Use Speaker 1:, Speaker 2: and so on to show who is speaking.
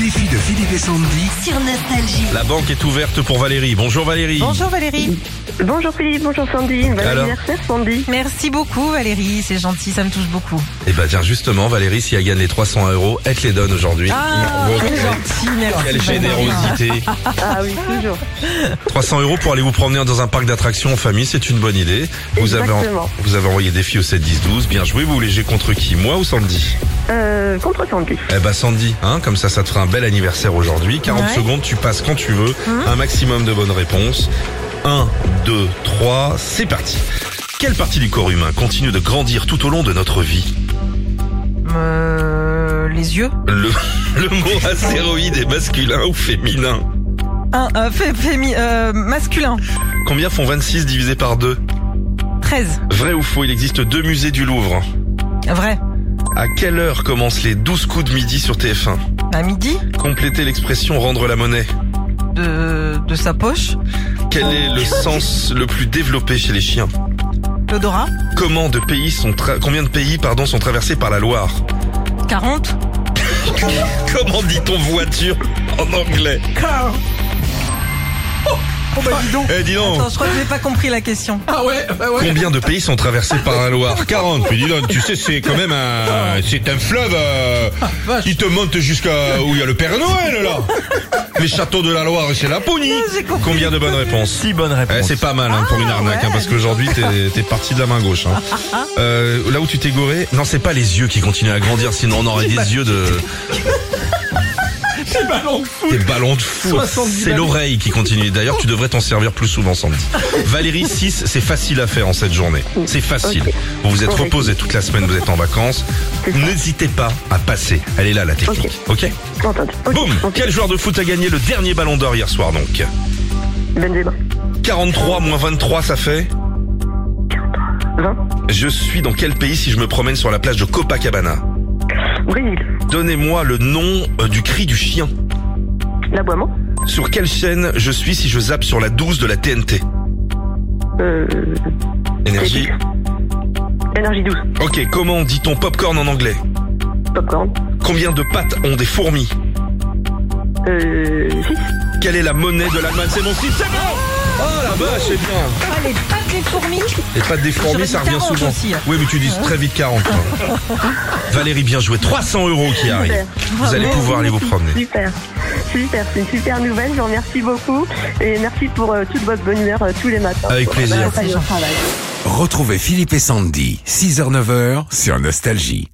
Speaker 1: défi de Philippe et Sandy
Speaker 2: sur Nostalgie.
Speaker 3: La banque est ouverte pour Valérie. Bonjour Valérie.
Speaker 4: Bonjour Valérie.
Speaker 5: Bonjour Philippe, bonjour Sandy. Bon
Speaker 3: Alors
Speaker 5: anniversaire Sandy.
Speaker 4: Merci beaucoup Valérie, c'est gentil, ça me touche beaucoup.
Speaker 3: Et bah tiens justement Valérie, si elle gagne les 300 euros, elle te les donne aujourd'hui.
Speaker 4: Ah,
Speaker 3: Bravo.
Speaker 4: c'est gentil, merci.
Speaker 3: Quelle
Speaker 4: Valérie.
Speaker 3: générosité.
Speaker 5: Ah oui, toujours.
Speaker 3: 300 euros pour aller vous promener dans un parc d'attractions en famille, c'est une bonne idée. Vous avez, en-
Speaker 5: Exactement.
Speaker 3: vous avez envoyé des filles au 7-10-12. Bien joué, vous voulez j'ai contre qui Moi ou Sandy
Speaker 5: Euh, contre Sandy.
Speaker 3: Eh bah Sandy, hein, comme ça ça te fera un bel anniversaire aujourd'hui. 40
Speaker 4: Ouais.
Speaker 3: secondes, tu passes quand tu veux. Un maximum de bonnes réponses. 1, 2, 3, c'est parti. Quelle partie du corps humain continue de grandir tout au long de notre vie
Speaker 4: Euh, les yeux.
Speaker 3: Le, le mot astéroïde est masculin ou féminin
Speaker 4: Un, euh, fé- fémi- euh, masculin.
Speaker 3: Combien font 26 divisé par 2
Speaker 4: 13.
Speaker 3: Vrai ou faux, il existe deux musées du Louvre.
Speaker 4: Vrai.
Speaker 3: À quelle heure commencent les 12 coups de midi sur TF1
Speaker 4: À midi.
Speaker 3: Complétez l'expression rendre la monnaie.
Speaker 4: De, de sa poche.
Speaker 3: Quel est le sens le plus développé chez les chiens
Speaker 4: L'odorat.
Speaker 3: Comment de pays sont tra- combien de pays pardon sont traversés par la Loire
Speaker 4: 40.
Speaker 3: Comment dit-on voiture en anglais
Speaker 4: Car. Oh, bah dis donc.
Speaker 3: Eh dis donc.
Speaker 4: Attends, je crois que j'ai pas compris la question.
Speaker 3: Combien de pays sont traversés par la Loire 40. Puis dis donc, tu sais, c'est quand même un, c'est un fleuve. euh, il te monte jusqu'à où il y a le Père Noël là. Les châteaux de la Loire, c'est la Pony.
Speaker 4: j'ai compris.
Speaker 3: Combien de bonnes réponses
Speaker 6: Six bonnes
Speaker 3: Eh,
Speaker 6: réponses.
Speaker 3: c'est pas mal hein, pour
Speaker 5: Ah,
Speaker 3: une arnaque, hein, parce qu'aujourd'hui t'es, t'es parti de la main gauche. hein. Euh, là où tu t'es goré, non c'est pas les yeux qui continuent à grandir, sinon on aurait des yeux de
Speaker 6: C'est ballon de foot.
Speaker 3: des ballons de fou.
Speaker 6: 70
Speaker 3: C'est
Speaker 6: ballons.
Speaker 3: l'oreille qui continue. D'ailleurs tu devrais t'en servir plus souvent Sandy. Valérie 6, c'est facile à faire en cette journée. C'est facile.
Speaker 5: Ok.
Speaker 3: Vous vous êtes
Speaker 5: Ok.
Speaker 3: reposé toute la semaine, vous êtes en vacances.
Speaker 5: C'est ça.
Speaker 3: N'hésitez pas à passer. Elle est là la technique. Ok.
Speaker 5: Entendu. Ok,
Speaker 3: Boum.
Speaker 5: ok.
Speaker 3: Quel joueur de foot a gagné le dernier ballon d'or hier soir donc
Speaker 5: Benzema.
Speaker 3: 43 moins 23 ça fait
Speaker 5: 20.
Speaker 3: Je suis dans quel pays si je me promène sur la plage de Copacabana
Speaker 5: Brésil.
Speaker 3: Donnez-moi le nom euh, du cri du chien.
Speaker 5: L'aboiement.
Speaker 3: Sur quelle chaîne je suis si je zappe sur la 12 de la TNT
Speaker 5: Euh,
Speaker 3: Énergie.
Speaker 5: énergie 12.
Speaker 3: Ok, comment dit-on popcorn en anglais
Speaker 5: Popcorn.
Speaker 3: Combien de pattes ont des fourmis
Speaker 5: Euh, 6.
Speaker 3: Quelle est la monnaie de l'Allemagne C'est mon site, c'est bon Oh la vache, c'est bien
Speaker 4: Ah, les pattes, les fourmis.
Speaker 3: Les pattes des fourmis,
Speaker 4: J'aurais
Speaker 3: ça
Speaker 4: dit
Speaker 3: revient
Speaker 4: 40
Speaker 3: souvent.
Speaker 4: aussi, hein.
Speaker 3: Oui, mais tu dis très vite 40. toi. Valérie, bien joué. 300 euros
Speaker 4: Eh
Speaker 3: qui arrivent.
Speaker 4: ben,
Speaker 3: Vous allez pouvoir aller vous promener.
Speaker 5: Super. Super, c'est une super nouvelle. Je vous remercie beaucoup. Et merci pour euh, toute votre bonne humeur euh, tous les matins.
Speaker 3: Avec plaisir.
Speaker 5: Voilà, ça y est.
Speaker 1: Retrouvez Philippe et Sandy, 6h-9h sur Nostalgie.